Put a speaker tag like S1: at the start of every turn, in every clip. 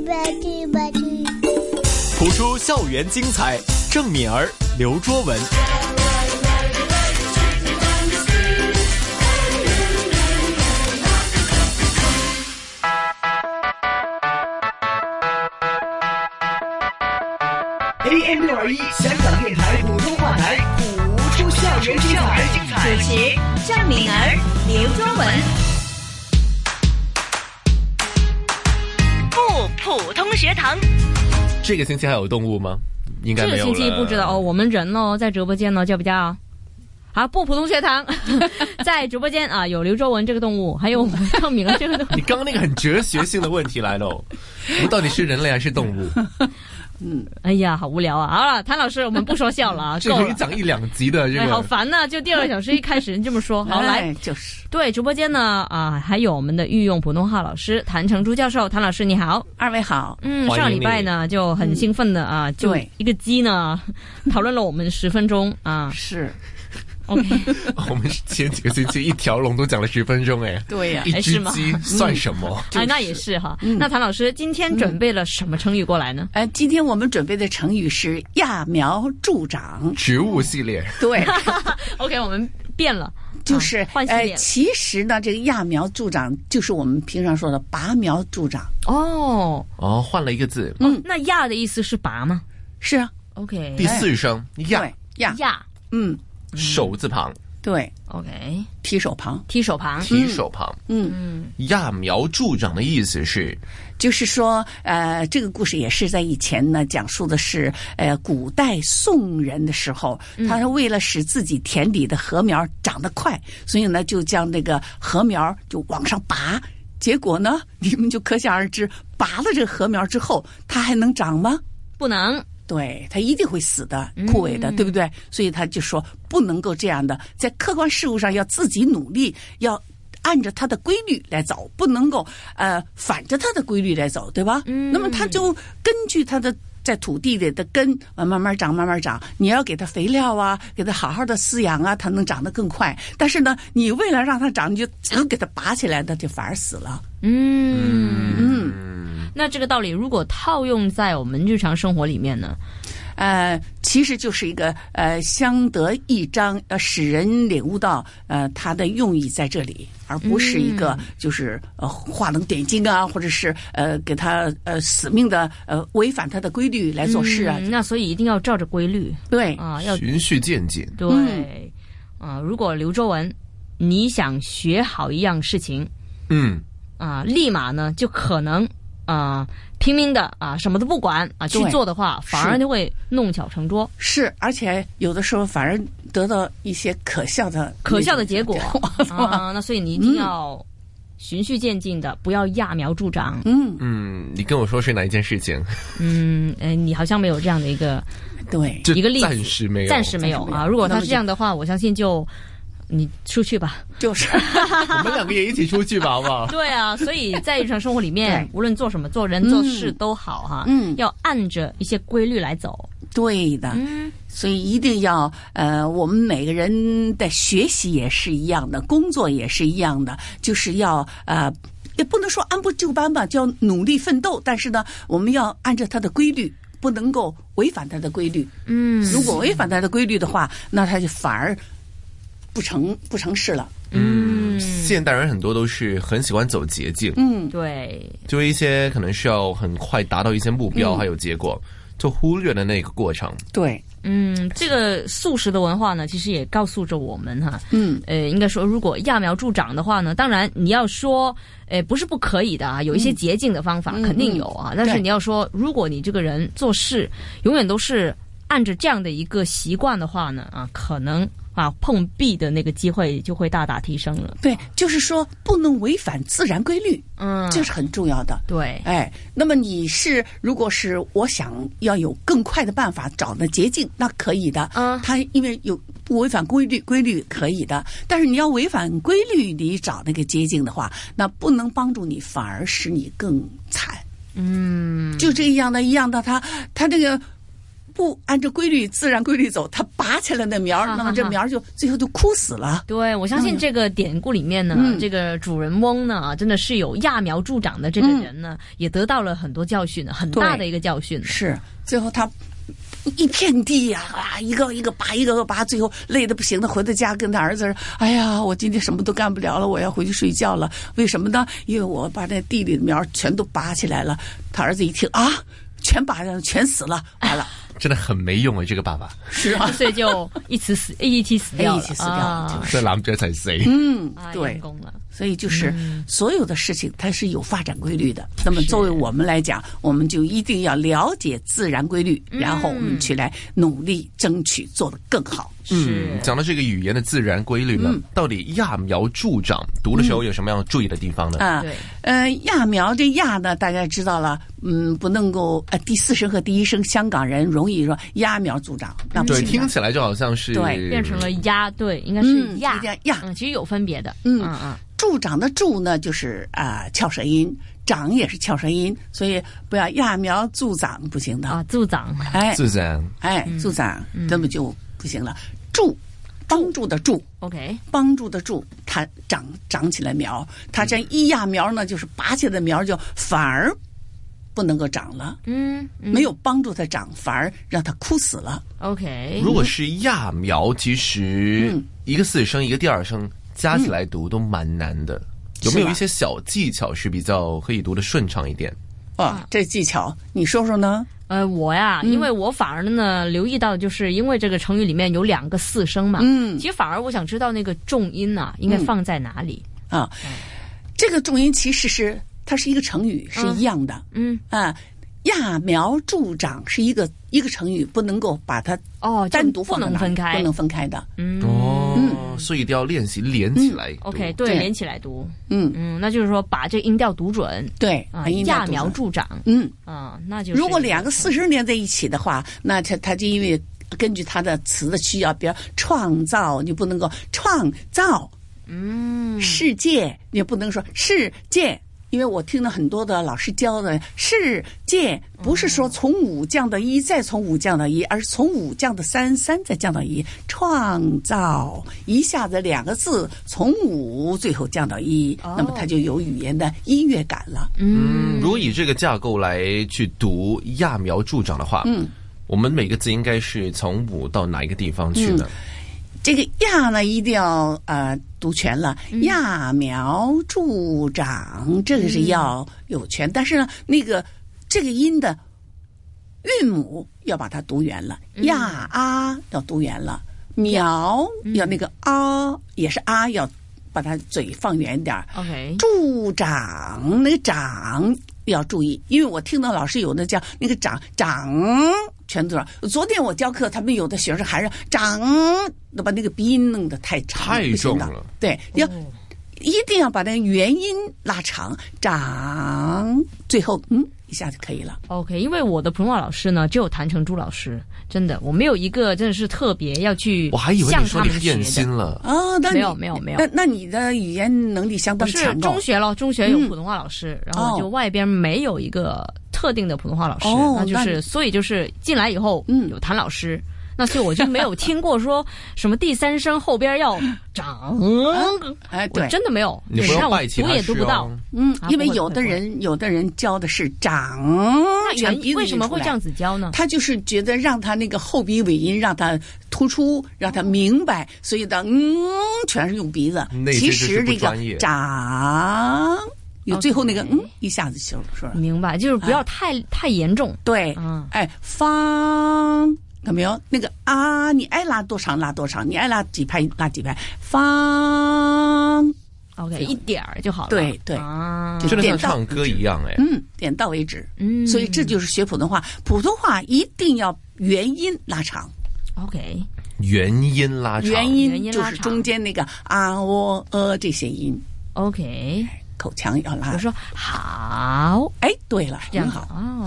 S1: 吧去吧去。
S2: 谱出校园精彩，郑敏儿、刘卓文。
S3: AM 六二一 E 香港电台普通话台，谱出校园精彩。
S4: 主持郑敏儿、刘卓文。不普通学堂。
S5: 这个星期还有动物吗？应该
S6: 这
S5: 没
S6: 个
S5: 有
S6: 星期
S5: 了
S6: 不知道哦，我们人哦在直播间呢，叫不叫？啊，不，普通学堂 在直播间啊，有刘卓文这个动物，还有我们郑明这个动
S5: 你刚刚那个很哲学性的问题来 了，我们到底是人类还是动物？
S6: 物。 哎呀，好无聊啊！好了，谭老师，我们不说笑了啊，
S5: 这
S6: 够
S5: 可以
S6: 了。
S5: 讲一两集的这
S6: 哎，好
S5: 个。
S6: 烦呐、就第二个小时一开始你这么说，好来
S3: 哎，就是
S6: 对直播间呢啊，还有我们的御用普通话老师谭成珠教授，谭老师你好。
S3: 二位好，
S6: 嗯，
S5: 欢迎
S6: 上礼拜呢就很兴奋的啊，就
S3: 对
S6: 一个鸡呢 讨论了我们十分钟啊。
S3: 是
S6: OK，
S5: 我们前几个星期一条龙都讲了十分钟，哎，
S3: 对呀
S5: 一
S6: 哎
S5: 只
S6: 是吗
S5: 鸡算什么？
S6: 哎，那也是哈。那谭老师今天准备了什么成语过来呢？
S3: 呃，今天我们准备的成语是“揠苗助长
S5: 植物系列，”，
S3: 对，
S6: OK，我们变了，
S3: 就是、
S6: 啊 换系
S3: 呃
S6: 列，了。
S3: 其实呢，这个“揠苗助长”就是我们平常说的“拔苗助长
S6: 哦，
S5: 哦，换了一个字，
S3: 嗯
S6: 那压的意思是拔吗”，
S3: 是啊，
S6: ？OK，
S5: 第四声呀
S6: 哎
S3: 对，呀，
S6: 压
S3: 嗯，
S5: 手字旁，
S6: 嗯
S3: 对，
S6: OK，
S3: 提手旁，
S6: 提手旁。
S5: 提手旁，
S3: 嗯。
S5: 揠苗助长的意思是
S3: 就是说，呃，这个故事也是在以前呢，讲述的是，呃，古代宋人的时候，他是为了使自己田里的禾苗长得快，所以呢，就将这个禾苗就往上拔。结果呢，你们就可想而知，拔了这个禾苗之后，它还能长吗？
S6: 不能，
S3: 对，它一定会死的、枯萎的，对不对？所以他就说不能够这样的，在客观事务上要自己努力，要按着它的规律来走，不能够呃反着它的规律来走，对吧？
S6: 嗯
S3: 那么它就根据它的。在土地里的根啊，慢慢长，慢慢长。你要给它肥料啊，给它好好的饲养啊，它能长得更快。但是呢，你为了让它长，你就只给它拔起来，它就反而死了。
S6: 嗯，
S3: 嗯，
S6: 那这个道理如果套用在我们日常生活里面呢？
S3: 呃，其实就是一个呃，相得益彰，呃，使人领悟到呃它的用意在这里，而不是一个
S6: 嗯
S3: 就是呃画龙点睛啊，或者是呃给他呃死命的呃违反它的规律来做事啊。哎
S6: 嗯那所以一定要照着规律
S3: 对，
S6: 啊，要
S5: 循序渐进，
S6: 对，
S3: 嗯
S6: 啊，如果刘周文你想学好一样事情
S5: 嗯，
S6: 啊，立马呢就可能啊拼命的啊什么都不管啊去
S3: 对
S6: 做的话，反而
S3: 是
S6: 就会弄巧成拙。
S3: 是，而且有的时候反而得到一些可笑的
S6: 可笑的
S3: 那种
S6: 结 果啊，那所以你一定要循序渐进的，不要揠苗助长。
S3: 嗯，
S5: 嗯，你跟我说是哪一件事情？
S6: 嗯，呃，你好像没有这样的一个，
S3: 对，
S5: 这
S6: 一个例子
S5: 暂时没有，
S6: 暂时没有
S3: 暂时没
S6: 啊。
S3: 有
S6: 如果他
S3: 那
S6: 是
S3: 么
S6: 这样的话，我相信就你出去吧。
S3: 就是。
S5: 我们两个也一起出去吧，好不好？
S6: 对啊，所以在日常生活里面
S3: 对，
S6: 无论做什么、做人、
S3: 嗯
S6: 做事都好哈，
S3: 嗯
S6: 要按着一些规律来走。
S3: 对的，
S6: 嗯
S3: 所以一定要呃，我们每个人的学习也是一样的，工作也是一样的，就是要呃。也不能说按部就班吧，就要努力奋斗。但是呢，我们要按照它的规律，不能够违反它的规律。
S6: 嗯
S3: 如果违反它的规律的话，那它就反而不成不成事了。
S6: 嗯，
S5: 现代人很多都是很喜欢走捷径，
S3: 嗯，
S6: 对，
S5: 就一些可能是要很快达到一些目标还有结果，就忽略了那个过程。
S3: 对，
S6: 嗯，这个素食的文化呢，其实也告诉着我们哈，
S3: 嗯，
S6: 呃，应该说，如果揠苗助长的话呢，当然你要说，呃，不是不可以的啊，有一些捷径的方法、
S3: 嗯
S6: 肯定有啊。但是
S3: 对
S6: 你要说，如果你这个人做事永远都是按着这样的一个习惯的话呢，啊，可能啊碰壁的那个机会就会大大提升了。
S3: 对，就是说不能违反自然规律，
S6: 嗯，
S3: 这是很重要的。
S6: 对，
S3: 哎，那么你是，如果是我想要有更快的办法找那捷径，那可以的。
S6: 嗯
S3: 它因为有不违反规律，规律可以的。但是你要违反规律，你找那个捷径的话，那不能帮助你，反而使你更惨。
S6: 嗯，
S3: 就这样的，一样的，他他这个不按照规律自然规律走，它拔起来的苗儿，
S6: 哈哈哈
S3: 那么这苗儿就最后就枯死了。
S6: 对，我相信这个典故里面呢，
S3: 嗯
S6: 这个主人翁呢，啊真的是有揠苗助长的这个
S3: 嗯
S6: 人呢，也得到了很多教训，很大的一个教训。
S3: 是，最后他一片地呀、啊，一个一个拔，一个个拔，最后累得不行的，回到家跟他儿子说：“哎呀，我今天什么都干不了了，我要回去睡觉了。为什么呢？因为我把那地里的苗全都拔起来了。”他儿子一听啊，全拔上，全死了，完 了，
S5: 真的很没用啊！这个爸 爸，
S3: 是啊，
S6: 所以就一起死，一起死掉了，
S3: 一起死掉了
S6: 啊
S5: 这男主一齊死。
S3: 嗯
S6: 啊，嗯
S3: 对
S6: 成。功了。
S3: 所以就是所有的事情它是有发展规律的。那么作为我们来讲，我们就一定要了解自然规律，然后我
S6: 嗯
S3: 们去来努力争取做得更好。
S5: 嗯，讲到这个语言的自然规律呢，到底揠苗助长读的时候有什么要注意的地方呢？
S3: 啊
S6: 对，
S3: 呃，揠苗这揠呢，大家知道了，嗯，不能够呃第四声和第一声，香港人容易说揠苗助长，那不
S5: 对，
S3: 行
S5: 听
S3: 的。
S5: 起来就好像是
S3: 对
S6: 变成了鸭，对，应该
S3: 嗯
S6: 是鸭
S3: 一定要鸭
S6: 嗯，其实有分别的，
S3: 嗯
S6: 嗯嗯，
S3: 助长的助呢，就是啊、翘舌音，长也是翘舌音，所以不要揠苗助长不行的。
S6: 啊，助长，
S3: 哎
S5: 自然。
S3: 哎，助长根本就不行了。助，帮助的助，
S6: OK，
S3: 帮助得住它长长起来苗，它这
S5: 嗯
S3: 样一揠苗呢，就是拔起来的苗就反而不能够长了，
S6: 嗯，嗯
S3: 没有帮助它长，反而让它枯死了。
S6: ，OK，
S5: 如果是揠苗，其实
S3: 嗯
S5: 一个四声一个第二声加起来读都蛮难的。有没有
S3: 是吧
S5: 一些小技巧是比较可以读的顺畅一点？
S6: 啊
S3: 哇，啊这技巧你说说呢？
S6: 呃，我呀，
S3: 嗯
S6: 因为我反而呢留意到，就是因为这个成语里面有两个四声嘛，
S3: 嗯
S6: 其实反而我想知道那个重音呐、应该放在哪里，
S3: 啊，
S6: 嗯
S3: 这个重音其实是它是一个成语，是一样的。
S6: 嗯，
S3: 啊，揠苗助长是一个一个成语，不能够把它
S6: 哦，就
S3: 单独
S6: 不
S3: 放在
S6: 能
S3: 哪里
S6: 分开，
S3: 不能分开的。
S6: 嗯。
S5: 哦，所以一定要练习连起来读。
S6: OK，对，
S3: 对
S6: 连起来读，
S3: 嗯，
S6: 嗯，那就是说把这音调读准
S3: 对，
S6: 啊，
S3: 把音调
S6: 揠
S3: 读
S6: 苗
S3: 准
S6: 助长
S3: 嗯。
S6: 啊，那就是
S3: 如果两个四声连在一起的话，那它它就因为根据它的词的需要，比如创造，你不能够创造，嗯，世界，你不能说世界。因为我听了很多的老师教的世界，不是说从五降到一，再从五降到一，而是从五降到三，三再降到一，创造一下子两个字从五最后降到一，那么它就有语言的音乐感了。
S5: 嗯，如果以这个架构来去读揠苗助长的话，嗯，我们每个字应该是从五到哪一个地方去呢？
S3: 这个“揠”呢，一定要呃读全了，“揠苗助长”这个是要有全，但是呢，那个这个音的韵母要把它读圆了，“揠啊”要读圆了，“苗”要那个“啊”也是“啊”，要把它嘴放圆点儿，
S6: OK，
S3: 助长那个长要注意，因为我听到老师有的叫那个长长全都是。昨天我教课，他们有的学生还是长，那把那个鼻音弄得太长，
S5: 太
S3: 不行
S5: 重
S3: 的
S5: 了。
S3: 对，要、
S6: 哦
S3: 一定要把那个元音拉长，长最后嗯一下就可以了。
S6: OK，因为我的普通话老师呢，只有谭成珠老师，真的，我没有一个真的是特别要去
S5: 我还以为
S6: 向
S5: 你说
S6: 他
S5: 你
S6: 们学
S5: 变心
S6: 的。
S5: 了。
S3: 哦，那你
S6: 没有没有没有
S3: 那那你的语言能力相
S6: 不
S3: 当
S6: 是
S3: 强哦
S6: 中。学咯，中学有普通话老师，然后
S3: 哦
S6: 就外边没有一个特定的普通话老师，
S3: 哦
S6: 那就
S3: 那
S6: 是
S3: 你
S6: 所以就是进来以后，
S3: 嗯
S6: 有谭老师，那所以我就没有听过 说什么第三声后边要长，
S3: 哎，
S6: 我
S3: 对，
S6: 真的没有，
S5: 你不
S6: 对
S5: 要
S6: 让我
S5: 拜其
S6: 读
S5: 他
S6: 也
S5: 师
S6: 读不到
S5: 哦。，
S3: 嗯，
S6: 啊
S3: 因为
S6: 不会
S3: 有
S6: 不
S3: 的
S6: 会
S3: 人有的人教的是长，
S6: 那
S3: 全
S6: 原
S3: 鼻子
S6: 为什
S3: 音
S6: 么
S3: 出
S6: 会这
S3: 来
S6: 样子教呢？
S3: 他就是觉得让他那个后鼻尾音让他突出，让他明白，所以的嗯全是用鼻子
S5: 那。这
S3: 其
S5: 就是
S3: 实
S5: 不
S3: 这个
S5: 专业
S3: 长有最后那个
S6: OK
S3: 嗯一下子就说了，
S6: 明白，就是不
S3: 啊
S6: 要太、太严重。
S3: 对
S6: 嗯，
S3: 哎方。看没有那个啊，你爱拉多长拉多长，你爱拉几拍拉几拍，方
S6: OK，
S3: 这样
S6: 一点儿就好了。
S3: 对对
S6: 啊，
S3: 就
S5: 真的像
S3: 点到
S5: 唱歌一样哎。
S3: 嗯点到为止。
S6: 嗯
S3: 所以这就是学普通话，普通话一定要元音拉长。
S6: OK，
S5: 元音拉
S6: 啊
S5: 长，
S3: 元
S6: 元音
S3: 音
S6: 拉
S3: 就是
S6: 长
S3: 中间那个啊、喔、呃这些音，
S6: OK，
S3: 口腔要拉
S6: 我。说好
S3: 哎，对了，
S6: 这样
S3: 很
S6: 子
S3: 好，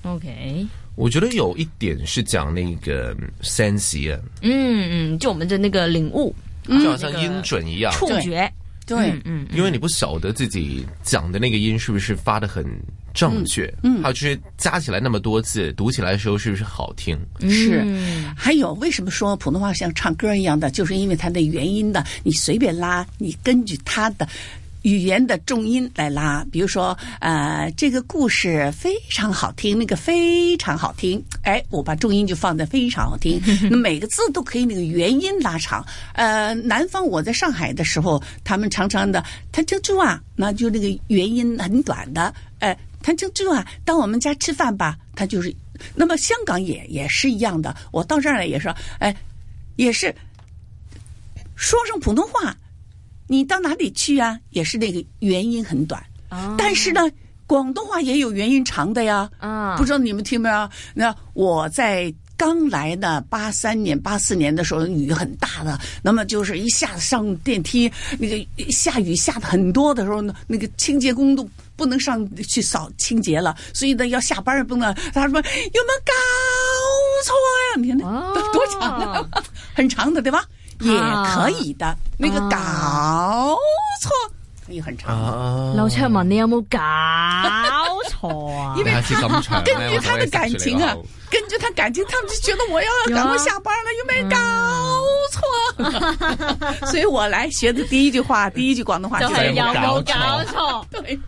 S6: 哦
S3: 好，
S6: ，OK，
S5: 我觉得有一点是讲那个嗯 sense 啊，
S6: 嗯嗯，就我们的那个领悟，
S5: 就好像
S6: 那个
S5: 音准一样。
S6: 触觉，
S3: 对，
S6: 嗯嗯
S5: 因为你不晓得自己讲的那个音是不是发的很正确，嗯，还有就是加起来那么多字，读起来的时候是不是好听？
S3: 是
S6: 嗯，
S3: 还有为什么说普通话像唱歌一样的，就是因为它的元音的，你随便拉，你根据它的。语言的重音来拉，比如说，呃，这个故事非常好听，那个非常好听，哎，我把重音就放在非常好听，那每个字都可以那个元音拉长。呃，南方我在上海的时候，他们常常的，他就猪啊，那就那个元音很短的，哎，他就猪啊，到我们家吃饭吧，他就是那么香港也也是一样的，我到这儿来也是，哎，也是说上普通话，你到哪里去啊？也是那个元音很短，
S6: 哦
S3: 但是呢，广东话也有元音长的呀。
S6: 啊
S3: 不知道你们听没有？那我在刚来的八三年、八四年的时候，雨很大的，那么就是一下子上电梯，那个下雨下的很多的时候呢，那个清洁工都不能上去扫清洁了，所以呢要下班儿不能，他说有没有搞错呀？你看那
S6: 哦
S3: 多多长啊， 很长的对吧？也可以的，那个搞错可以很长的。
S5: 啊
S6: 劉卓文，你有冇搞錯啊？
S5: 因为他
S3: 根据他的感情
S5: 哎
S3: 啊，根据他感情，他们就觉得我要赶快下班了，有没有搞错？ 所以我来学的第一句话，第一句广东话
S6: 就
S3: 就是
S6: 係
S5: 係
S6: 有冇
S5: 有冇
S6: 搞
S5: 搞
S6: 錯？
S3: 对，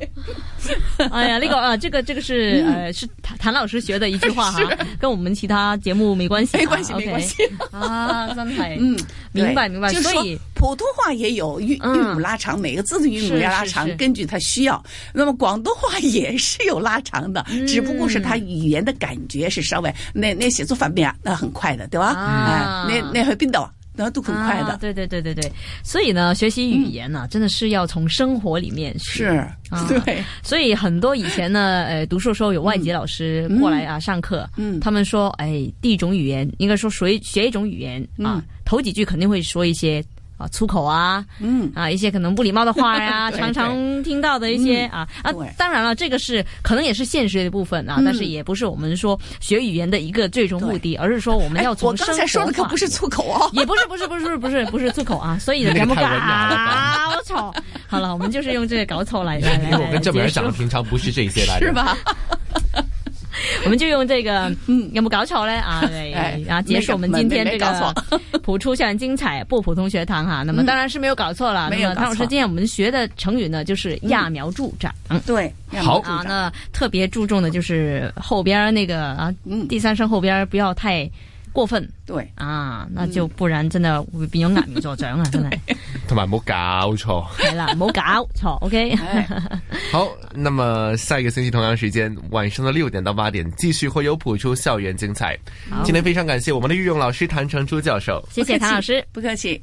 S6: 哎呀，那个啊，这个这个是
S3: 嗯
S6: 呃，是谭谭老师学的一句话哈，跟我们其他节目没关系啊，
S3: 没关系，
S6: OK
S3: 没关系。
S6: 啊，真係
S3: 嗯，对
S6: 明白明白
S3: 就是说
S6: 所以
S3: 普通话也有韵
S6: 嗯
S3: 韵母拉长，每个字的韵母
S6: 是
S3: 要拉
S6: 是
S3: 长
S6: 是，
S3: 根据它需要。那么广东话也是有拉长的，
S6: 嗯
S3: 只不过是它语言的感觉是稍微那那写作反面啊，那很快的，对吧？
S6: 啊
S3: 哎，那那会变到，然后都很快
S6: 啊
S3: 的，嗯
S6: 对对对对对，所以呢，学习语言呢、真的是要从生活里面学。
S3: 是嗯
S6: 啊，
S3: 对。
S6: 所以很多以前 呢，呃，读书的时候有外籍老师过来啊、上课，
S3: 嗯
S6: 他们说，哎，第一种语言应该说学学一种语言
S3: 嗯
S6: 啊，头几句肯定会说一些啊粗口啊，
S3: 嗯
S6: 啊一些可能不礼貌的话 呀、
S3: 对嗯
S6: 常常听到的一些、啊啊
S3: 对，嗯
S6: 当然了，这个是可能也是现实的部分啊，但是也不是我们说学语言的一个最终目的，而是说我们
S3: 哎
S6: 要
S3: 我
S6: 从生活
S3: 刚才说的可
S6: 化
S3: 不是粗口 哦，
S6: 也不是不是不是不是不是粗口啊，所以呢，
S5: 那个
S6: 咱们
S5: 太文雅了
S6: 搞错。啊好了，我们就是用这个搞 错来来
S5: 因
S6: 来
S5: 为我
S6: 来
S5: 跟郑美
S6: 结
S5: 儿
S6: 束
S5: 讲，的平常不是这些来着，
S3: 是？ 吧？
S6: 我们就用这个嗯有没有搞错嘞 啊？对
S3: 嗯哎
S6: 啊，结束我们今天这
S3: 没搞嗯
S6: 个 普出校园精彩不普通学堂哈。那么当然是没有搞错了。
S3: 没
S6: 那
S3: 有
S6: 么
S3: 搞错
S6: 唐老师，今天我们学的成语呢，就是揠苗助长。
S3: 对，
S5: 好
S6: 啊，那特别注重的就是后边儿那个啊，
S3: 嗯
S6: 第三声后边儿不要太过分
S3: 对，
S6: 啊，
S3: 嗯
S6: 那就不然真的会变咗揠苗助长啊，真係。
S5: 同埋唔好搞错。
S6: 系啦，唔好搞错，OK。
S3: 哎，
S5: 好，那么下一个星期同样时间，晚上的六点到八点，继续会有谱出校园精彩
S6: 好。
S5: 今天非常感谢我们的御用老师谭成珠教授。
S6: 谢
S3: 不
S6: 谢
S3: 客气
S6: 谭老师。
S3: 不客气。